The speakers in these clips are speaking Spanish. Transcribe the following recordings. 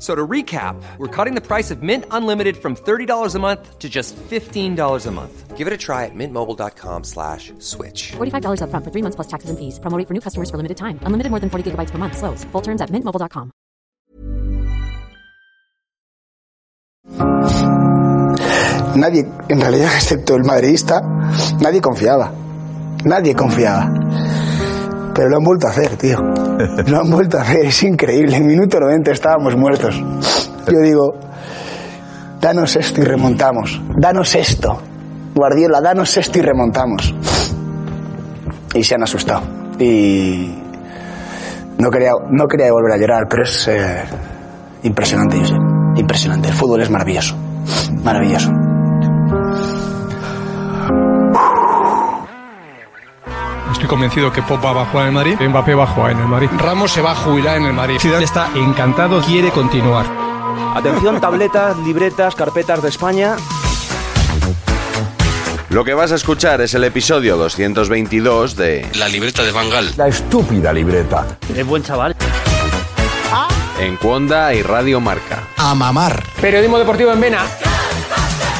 So to recap, we're cutting the price of Mint Unlimited from $30 a month to just $15 a month. Give it a try at mintmobile.com slash switch. $45 upfront for three months plus taxes and fees. Promo rate for new customers for limited time. Unlimited more than 40 gigabytes per month. Slows. Full terms at mintmobile.com. nadie, en realidad, excepto el madridista, nadie confiaba. Nadie confiaba. Pero lo han vuelto a hacer, tío. Lo han vuelto a hacer, es increíble. En minuto 90 estábamos muertos. Yo digo, danos esto y remontamos. Danos esto. Guardiola, danos esto y remontamos. Y se han asustado. Y no quería, no quería volver a llorar, pero es eh, impresionante, Josep. Impresionante. El fútbol es maravilloso. Maravilloso. Estoy convencido que Popa va a jugar en el Madrid, Mbappé va a jugar en el Madrid, Ramos se va a jubilar en el Madrid. Ciudad está encantado, quiere continuar. Atención, tabletas, libretas, carpetas de España. Lo que vas a escuchar es el episodio 222 de La libreta de Bangal. La estúpida libreta. Es buen chaval. En Cuonda y Radio Marca. A mamar. Periodismo deportivo en Vena.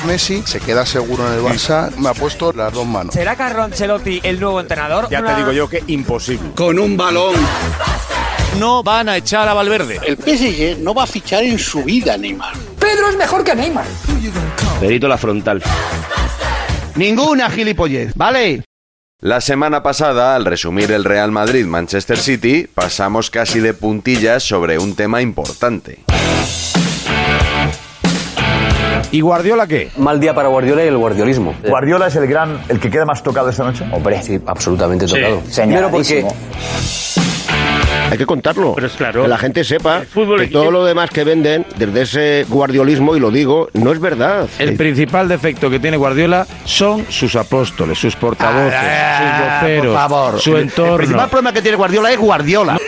Messi se queda seguro en el Barça. Me ha puesto las dos manos. ¿Será Carlo Ancelotti el nuevo entrenador? Ya te digo yo que imposible. Con un balón. No van a echar a Valverde. El PSG no va a fichar en su vida Neymar. Pedro es mejor que Neymar. Perito la frontal. Ninguna gilipollez, ¿vale? La semana pasada, al resumir el Real Madrid-Manchester City, pasamos casi de puntillas sobre un tema importante. ¿Y Guardiola qué? Mal día para Guardiola y el guardiolismo. ¿Guardiola es el gran, el que queda más tocado esta noche? Hombre, sí, absolutamente tocado. Señaladísimo. Primero porque Hay que contarlo. Pero es claro. Que la gente sepa El fútbol que es- todo lo demás que venden, desde ese guardiolismo, y lo digo, no es verdad. El principal defecto que tiene Guardiola son sus apóstoles, sus portavoces, Ah, sus voceros, por favor. su El entorno. principal problema que tiene Guardiola es Guardiola.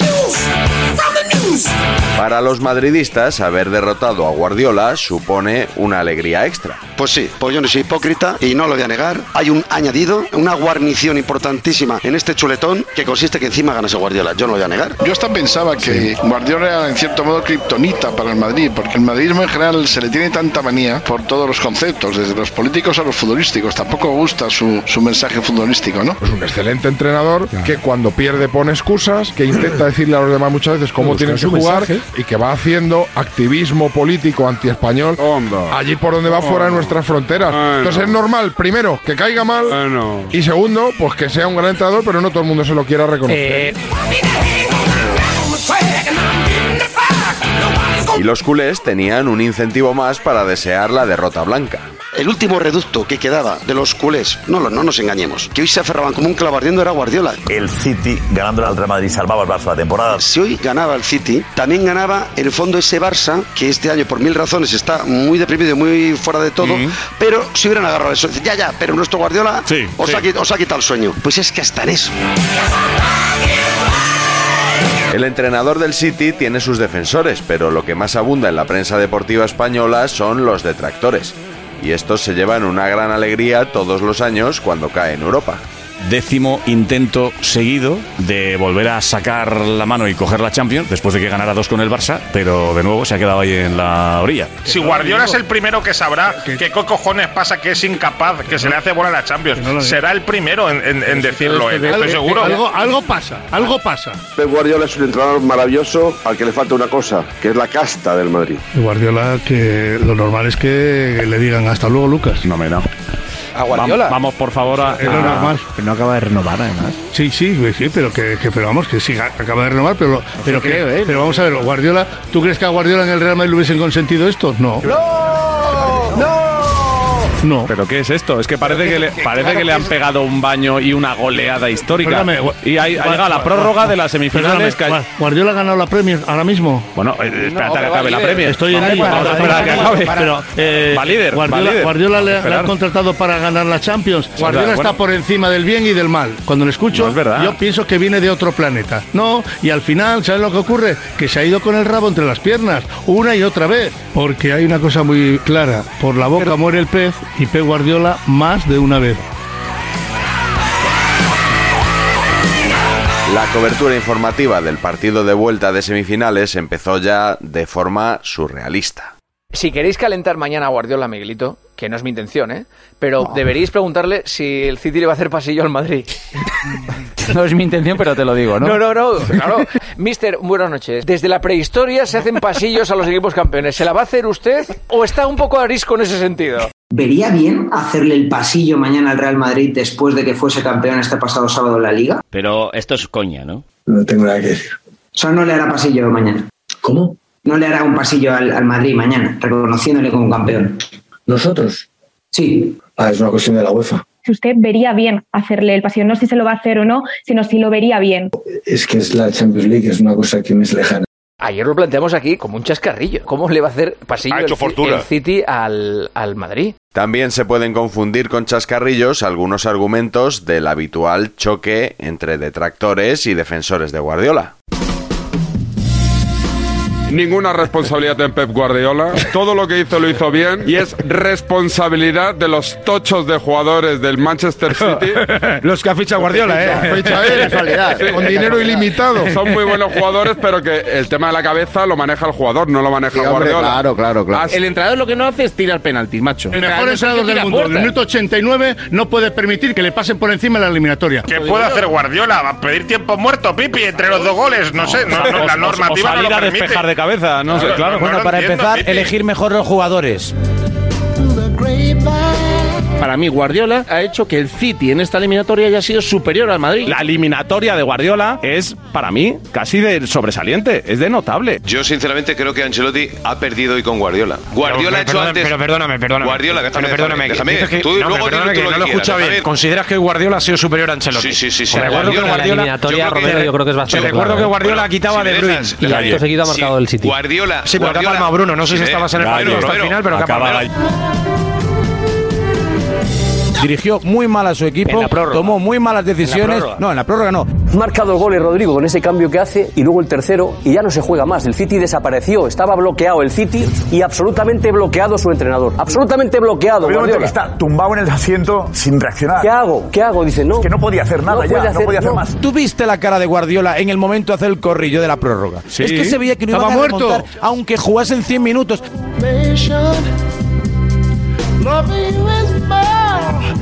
Para los madridistas, haber derrotado a Guardiola supone una alegría extra. Pues sí, pues yo no soy hipócrita y no lo voy a negar. Hay un añadido, una guarnición importantísima en este chuletón que consiste que encima ganas a Guardiola. Yo no lo voy a negar. Yo hasta pensaba que Guardiola era en cierto modo kriptonita para el Madrid, porque el madridismo en general se le tiene tanta manía por todos los conceptos, desde los políticos a los futbolísticos. Tampoco gusta su, su mensaje futbolístico, ¿no? Es un excelente entrenador que cuando pierde pone excusas, que intenta decirle a los demás muchas veces cómo Busca tienen que su jugar mensaje. y que va haciendo activismo político anti-español allí por donde va fuera de nuestras fronteras. Entonces es normal, primero, que caiga mal y segundo, pues que sea un gran entrenador, pero no todo el mundo se lo quiera reconocer. Eh, Y los culés tenían un incentivo más para desear la derrota blanca. El último reducto que quedaba de los culés, no, no nos engañemos, que hoy se aferraban como un clavo ardiendo era Guardiola. Eh, El City ganándole al Real Madrid salvaba al Barça la temporada. Si hoy ganaba el City, también ganaba en el fondo ese Barça, que este año por mil razones está muy deprimido y muy fuera de todo, pero si hubieran agarrado eso, ya, ya, pero nuestro Guardiola Sí, os, sí. Ha, quit- os ha quitado el sueño. Pues es que hasta en eso. El entrenador del City tiene sus defensores, pero lo que más abunda en la prensa deportiva española son los detractores. Y estos se llevan una gran alegría todos los años cuando cae en Europa. Décimo intento seguido de volver a sacar la mano y coger la Champions después de que ganara dos con el Barça, pero de nuevo se ha quedado ahí en la orilla. Si Guardiola es el primero que sabrá qué co- cojones pasa que es incapaz, que se le hace bola a la Champions, será el primero en, en- en decirlo, este- él, estoy seguro. este eh, algo pasa, algo pasa. Pep Guardiola es un entrenador maravilloso al que le falta una cosa, que es la casta del Madrid. Guardiola, que lo normal es que le digan hasta luego, Lucas. No me da. A Guardiola. Vam- Vamos, por favor, a. Es lo a- normal. Pero no acaba de renovar, además. Sí, sí, pues sí, pero que, que- pero vamos, que sí, a- acaba de renovar, pero, pero, que- pero vamos a ver, Guardiola, ¿tú crees que a Guardiola en el Real Madrid le hubiesen consentido esto? No. No. ¿Pero qué es esto? Es que parece que le, parece que le han pegado un baño y una goleada histórica. Perdóname, Gua- Y ahí ha Gua- llegado la prórroga de las semifinales. que- Perdóname, Gua- Guardiola ha ganado la Premier ahora mismo. Bueno, eh, espera hasta que acabe pero va la líder. premia. Estoy en ello. Vamos a esperar a que acabe. Pero, eh, va líder, va Guardiola, líder. Guardiola Vamos a le, le han esperar. contratado para ganar la Champions. Es Guardiola verdad, está bueno. por encima del bien y del mal. Cuando le escucho, yo pienso que viene de otro planeta. No, y al final, ¿sabes lo que ocurre? Que se ha ido con el rabo entre las piernas, una y otra vez. Porque hay una cosa muy clara: por la boca muere el pez y P. Guardiola más de una vez. La cobertura informativa del partido de vuelta de semifinales empezó ya de forma surrealista. Si queréis calentar mañana a Guardiola, Miguelito, que no es mi intención, ¿eh? Pero deberíais preguntarle si el City le va a hacer pasillo al Madrid. No es mi intención, pero te lo digo, ¿no? No, no, no, claro. Mister, buenas noches. Desde la prehistoria se hacen pasillos a los equipos campeones. ¿Se la va a hacer usted o está un poco arisco en ese sentido? ¿Vería bien hacerle el pasillo mañana al Real Madrid después de que fuese campeón este pasado sábado en la Liga? Pero esto es coña, ¿no? No tengo nada que decir. O sea, no le hará pasillo mañana. ¿Cómo? No le hará un pasillo al, al Madrid mañana, reconociéndole como campeón. ¿Nosotros? Sí. Ah, es una cuestión de la UEFA. si usted vería bien hacerle el pasillo, no si se lo va a hacer o no, sino si lo vería bien. Es que es la Champions League, es una cosa que me es lejana. Ayer lo planteamos aquí como un chascarrillo. ¿Cómo le va a hacer pasillo Ha el, hecho Ci- fortuna. el City al, al Madrid? También se pueden confundir con chascarrillos algunos argumentos del habitual choque entre detractores y defensores de Guardiola. Ninguna responsabilidad en Pep Guardiola. Todo lo que hizo lo hizo bien y es responsabilidad de los tochos de jugadores del Manchester City. Los que ha fichado Guardiola, ¿eh? Fecha él, con dinero ilimitado. Son muy buenos jugadores, pero que el tema de la cabeza lo maneja el jugador, no lo maneja Sí, hombre, Guardiola. claro, claro, claro. Has- El entrenador lo que no hace es tirar penaltis, macho. El mejor entrenador del mundo, en el minuto 89, no puede permitir que le pasen por encima en la eliminatoria. ¿Qué puede hacer Guardiola? ¿Va a pedir tiempo muerto, Pipi, entre los dos goles? No sé, no, no, O- la o- o normativa no Pues salir lo a permite. despejar de cabeza, no sé, Claro, claro. no, Bueno, no para entiendo, empezar, Pipi. elegir mejor los jugadores. Para mí, Guardiola ha hecho que el City en esta eliminatoria haya sido superior al Madrid. La eliminatoria de Guardiola es, para mí, casi de sobresaliente, es de notable. Yo sinceramente creo que Ancelotti ha perdido hoy con Guardiola. Guardiola ha hecho perdóname, antes. Pero perdóname, perdóname. Guardiola, Pero déjame, perdóname. déjame, dices déjame. que- Tú no, luego perdóname, di tú que lo no que lo quieras, escucha déjame. bien. ¿Consideras que Guardiola ha sido superior a Ancelotti? Sí, sí, sí, sí. Te recuerdo que Guardiola- Guardiola, yo creo que- Te recuerdo que Guardiola Bueno, quitaba si de me Bruyne. dejas, Gallo, si Guardiola. Sí, pero que ha Guardiola- palmado Bruno. No sé si me- estabas en el Gallo, partido hasta el Romero, final, pero que ha acaba, palmado. Dirigió muy mal a su En equipo, la prórroga. tomó muy malas decisiones. prórroga. no, en la prórroga no. Marca dos goles Rodrigo con ese cambio que hace y luego el tercero y ya no se juega más. El City desapareció, estaba bloqueado el City y absolutamente bloqueado su entrenador. Absolutamente bloqueado. Había un momento Guardiola. que está tumbado en el asiento sin reaccionar. ¿Qué hago? ¿Qué hago? Dice, no. Que no podía hacer nada No ya, puede no hacer- podía hacer no. más. Tú viste la cara de Guardiola en el momento de hacer el corrillo de la prórroga. Sí. Es que se veía que no iba Estaba a muerto. remontar, aunque jugasen 100 minutos.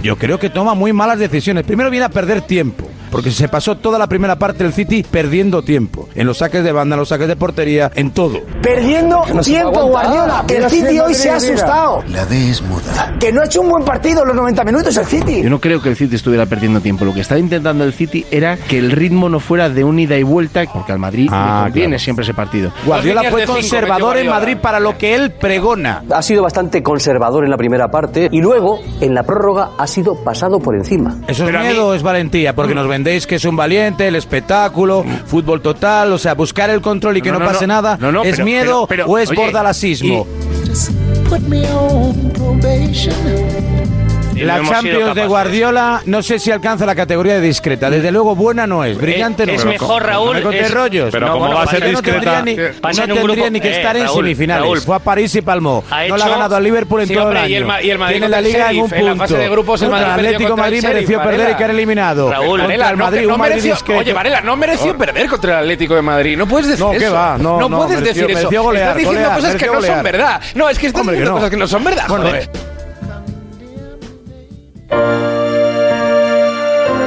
Yo creo que toma muy malas decisiones. Primero viene a perder tiempo. Porque se pasó toda la primera parte del City perdiendo tiempo. En los saques de banda, en los saques de portería, en todo. Perdiendo Que no se tiempo, va a aguantar. Guardiola. Que el Mira, City mira, hoy se ha mira, mira. asustado. La D es muda. Que no ha hecho un buen partido en los 90 minutos el Yo City. no creo que el City estuviera perdiendo tiempo. Lo que estaba intentando el City era que el ritmo no fuera de un ida y vuelta, porque al Madrid Ah, le conviene claro. siempre ese partido. Guardiola fue conservador en Madrid para lo que él pregona. Ha sido bastante conservador en la primera parte y luego en la prórroga ha sido pasado por encima. Eso es miedo, es valentía, porque nos vendéis que es un valiente, el espectáculo, fútbol total, o sea, buscar el control y que no, pase nada. ¿Es pero- miedo pero- pero, o es oye, bordalasismo? y La no hemos sido Champions de capaces. Guardiola no sé si alcanza la categoría de discreta. Desde luego buena no es, brillante no es es. mejor, Raúl, No me contéis es- rollos. Pero No, como bueno, va a ser Guardiola discreta- No tendría Eh, ni, pasa no en un tendría grupo- ni que eh, estar en Raúl, semifinales. Raúl. Fue a París y palmó. Ha no la ha hecho- ganado al Liverpool en Sí, todo hombre, el y el año. Ma- y el Madrid Tiene la contra el Liga en un Sheriff, en la punto. fase de grupos, el Contra Madrid perdió Atlético contra el Madrid Sheriff, mereció perder Varela. y quedar eliminado. Raúl, Contra el Madrid, no, un no Madrid mereció- discreto. Oye, Varela, no mereció perder contra el Atlético de Madrid. No puedes decir No, eso. que va, no, no, puedes mereció- decir eso. mereció golear, estás diciendo golear, cosas que mereció no son golear. verdad. No, es que estás Hombre, que diciendo no. cosas que no son verdad. Bueno, joder.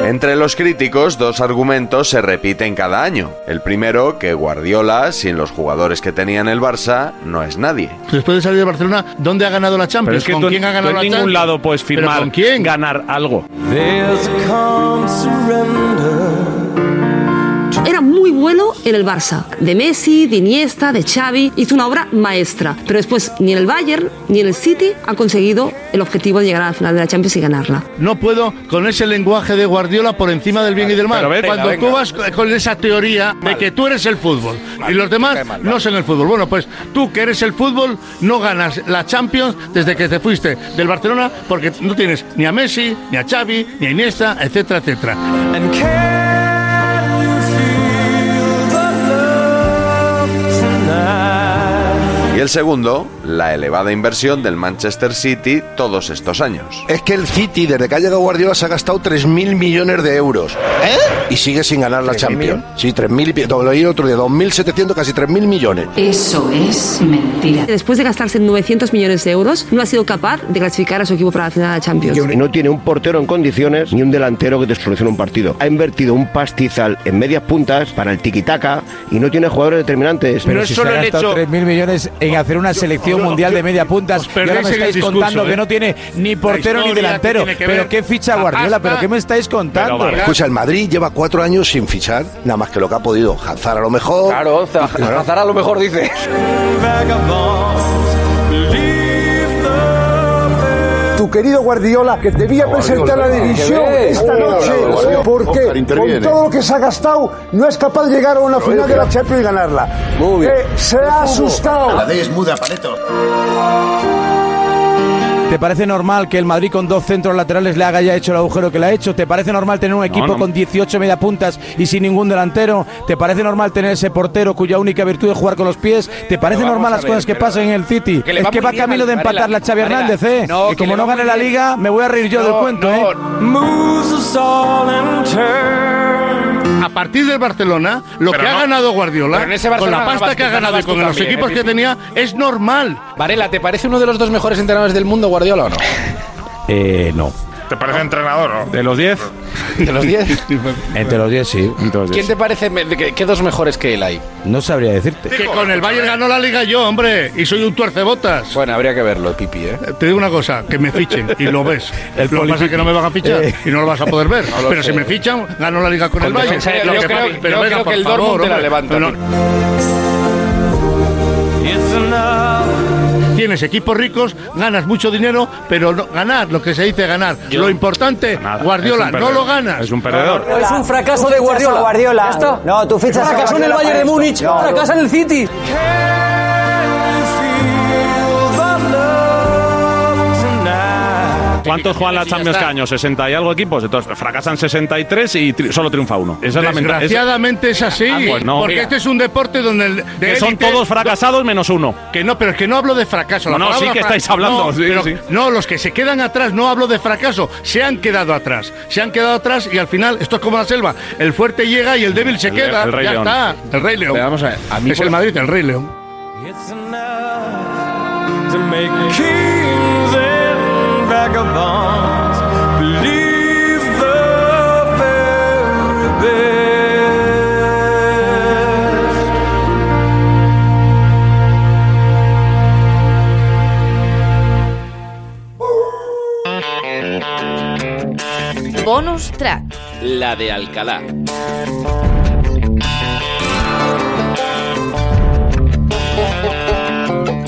En Entre los críticos, dos argumentos se repiten cada año. El primero, que Guardiola, sin los jugadores que tenía en el Barça, no es nadie. Después de salir de Barcelona, ¿dónde ha ganado la Pero Champions? es que ¿Con tú- quién ha tú ganado en la ningún Champions? lado puedes ¿Pero firmar ¿Con quién? ganar algo. There's come surrender. Era muy bueno en el Barça, de Messi, de Iniesta, de Xavi, hizo una obra maestra, pero después ni en el Bayern ni en el City ha conseguido el objetivo de llegar a la final de la Champions y ganarla. No puedo con ese lenguaje de Guardiola por encima del bien y del mal. pero venga, Cuando venga. tú vas con esa teoría de que tú eres el fútbol y los demás no son el fútbol. Bueno, pues tú que eres el fútbol no ganas la Champions desde que te fuiste del Barcelona porque no tienes ni a Messi, ni a Xavi, ni a Iniesta, etcétera, etcétera. Y el segundo, la elevada inversión del Manchester City todos estos años. Es que el City, desde que ha llegado Guardiola, se ha gastado 3.000 millones de euros. ¿Eh? Y sigue sin ganar la Champions. Sí, 3.000 y pi- no, Lo oí otro día, 2.700, casi 3.000 millones. Eso es mentira. Después de gastarse 900 millones de euros, no ha sido capaz de clasificar a su equipo para la final de la Champions. No tiene un portero en condiciones ni un delantero que te solucione un partido. Ha invertido un pastizal en medias puntas para el tiquitaca y no tiene jugadores determinantes. Pero si se ha gastado 3.000 millones en hacer una selección mundial de media puntas y ahora perdéis me en el estáis discurso, contando ¿eh? que no tiene ni La portero ni historia que delantero. tiene que ¿Pero ver qué ficha la Guardiola? pasta. ¿Pero qué me estáis contando? Escucha, el Madrid lleva cuatro años sin fichar, nada más que lo que ha podido. Hazard a lo mejor. Claro, Za- Claro. Hazard a lo mejor dice. Tu querido Guardiola, que debía presentar la Guardiola. división Qué bien. esta Qué bien noche, hablado, Guardiola. porque Óscar, interviene. con todo lo que se ha gastado, no es capaz de llegar a una final de la Champions y ganarla. Eh, se ha asustado. muda, paleto. ¿Te parece normal que el Madrid con dos centros laterales le haya hecho el agujero que le ha hecho? ¿Te parece normal tener un equipo no. con 18 mediapuntas y sin ningún delantero? ¿Te parece normal tener ese portero cuya única virtud es jugar con los pies? ¿te parece vamos normal a las ver, cosas que pero- pasan en el City? que le es va que muy va bien camino al- de Varela, empatar la Xavi Varela. Hernández, ¿eh? No, que que como le no va gane muy la bien. Liga, me voy a reír yo del cuento, ¿eh? Moves us all in turn. A partir del Barcelona, lo Pero que no- ha ganado Guardiola, pero en ese con Barcelona la pasta ganabas que tú, ha ganado y ganabas tú con los también, equipos ¿eh? que tenía, es normal. Varela, ¿te parece uno de los dos mejores entrenadores del mundo, Guardiola o no? Eh, no. ¿Te parece entrenador o no? ¿De los 10? ¿De los 10? Entre los 10, sí. ¿Quién te parece me- de que- qué dos mejores que él hay? No sabría decirte. Que con el Bayern ganó la liga yo, hombre, y soy un tuercebotas. Bueno, habría que verlo, Pipi, ¿eh? Te digo una cosa, que me fichen y lo ves. lo que pasa es que no me van a fichar Eh. y no lo vas a poder ver. No lo pero sé. si me fichan, ganó la liga con, Con el Bayern. defensa, Lo yo que creo- pasa- yo creo por que el Dortmund te la hombre. levanta, No, no. It's enough. Tienes equipos ricos, ganas mucho dinero, pero no- ganar, lo que se dice ganar. lo importante, Guardiola, es un no lo perdedor. ganas. Es un perdedor. No, es un fracaso Tú de fichas a Guardiola. Guardiola. Ya está. No, tú fichas a Fracasó en el Guardiola Bayern de para Múnich, esto. No, fracasa en el City. ¿Cuántos juegan la Champions cada año? ¿60 y algo equipos? Entonces fracasan 63 y tri- solo triunfa uno. Esa es la menta- Desgraciadamente es así. Ah, pues no, porque mira. este es un deporte donde. el- es- de que son élites- todos fracasados menos uno. Que no, pero es que no hablo de fracaso. la No, no, palabra sí que fra- estáis hablando, No, sí, pero- sí. no, los que se quedan atrás, no hablo de fracaso. Se han quedado atrás. Se han quedado atrás y al final, esto es como la selva. El fuerte llega y el débil se El- queda. el Rey ya León. está. El Rey León. Pero vamos a ver, a mí es por- el Madrid, el Rey León. It's enough to make kings and vagabonds believe the very best. Bonus track. La de Alcalá.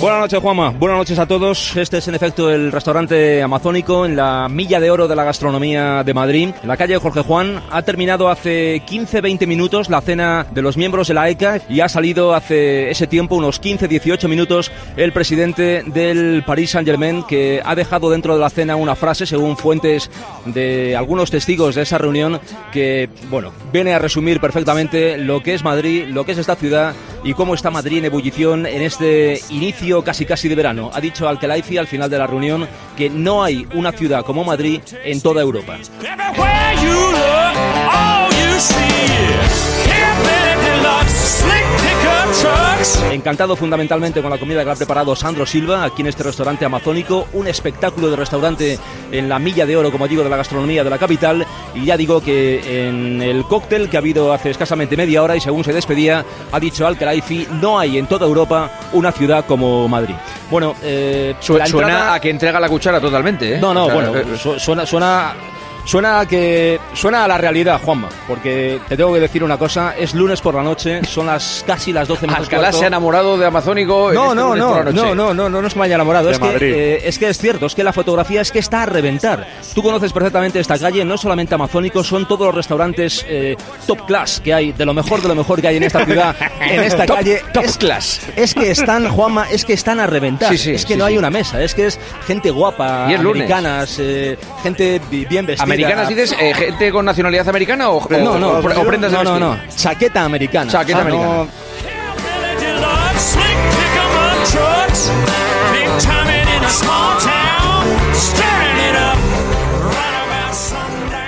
Buenas noches, Juanma. Buenas noches a todos. Este es en efecto el restaurante amazónico en la milla de oro de la gastronomía de Madrid. En la calle Jorge Juan ha terminado hace 15-20 minutos la cena de los miembros de la ECA y ha salido hace ese tiempo, unos 15-18 minutos, el presidente del Paris Saint-Germain que ha dejado dentro de la cena una frase, según fuentes de algunos testigos de esa reunión, que, bueno, viene a resumir perfectamente lo que es Madrid, lo que es esta ciudad y cómo está Madrid en ebullición en este inicio casi casi de verano. Ha dicho Alcalaifi al final de la reunión que no hay una ciudad como Madrid en toda Europa. Everywhere you look, all you see is hip and deluxe, slick pickup truck, Encantado fundamentalmente con la comida que ha preparado Sandro Silva aquí en este restaurante amazónico, un espectáculo de restaurante en la milla de oro, como digo, de la gastronomía de la capital. Y ya digo que en el cóctel que ha habido hace escasamente media hora y según se despedía, ha dicho al Khelaifi, no hay en toda Europa una ciudad como Madrid. Bueno, eh, Su- la suena entrada- a que entrega la cuchara totalmente, ¿eh? no, no, O sea, eh, bueno, su- suena, suena, suena a que suena a la realidad, Juanma, porque te tengo que decir una cosa, es lunes por la noche, son las casi las 12 menos Alcalá cuarto. se ha enamorado de Amazónico. en No, este no, lunes por no, la noche. no, no, no, no, no es que me haya enamorado. De Es que, Madrid. eh, es que es cierto, es que la fotografía es que está a reventar. Tú conoces perfectamente esta calle, no es solamente amazónico, son todos los restaurantes eh, top class que hay, de lo mejor de lo mejor que hay en esta ciudad, en esta Top- calle. top Es- class. Es que están, Juanma, es que están a reventar. Sí, sí, es que sí, no hay sí. una mesa, es que es gente guapa, Y es lunes. americanas, eh, gente bi- bien vestida. ¿Americanas dices eh, gente con nacionalidad americana o, o- No, no, o pre- o prendas de no, no, vestir? no, chaqueta americana. Chaqueta O sea, no- americana. Slick pick 'em up trucks, big time and in a small town, stirring it up right about sundown.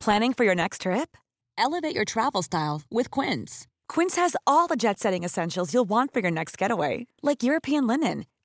Planning for your next trip? Elevate your travel style with Quince. Quince has all the jet setting essentials you'll want for your next getaway, like European linen,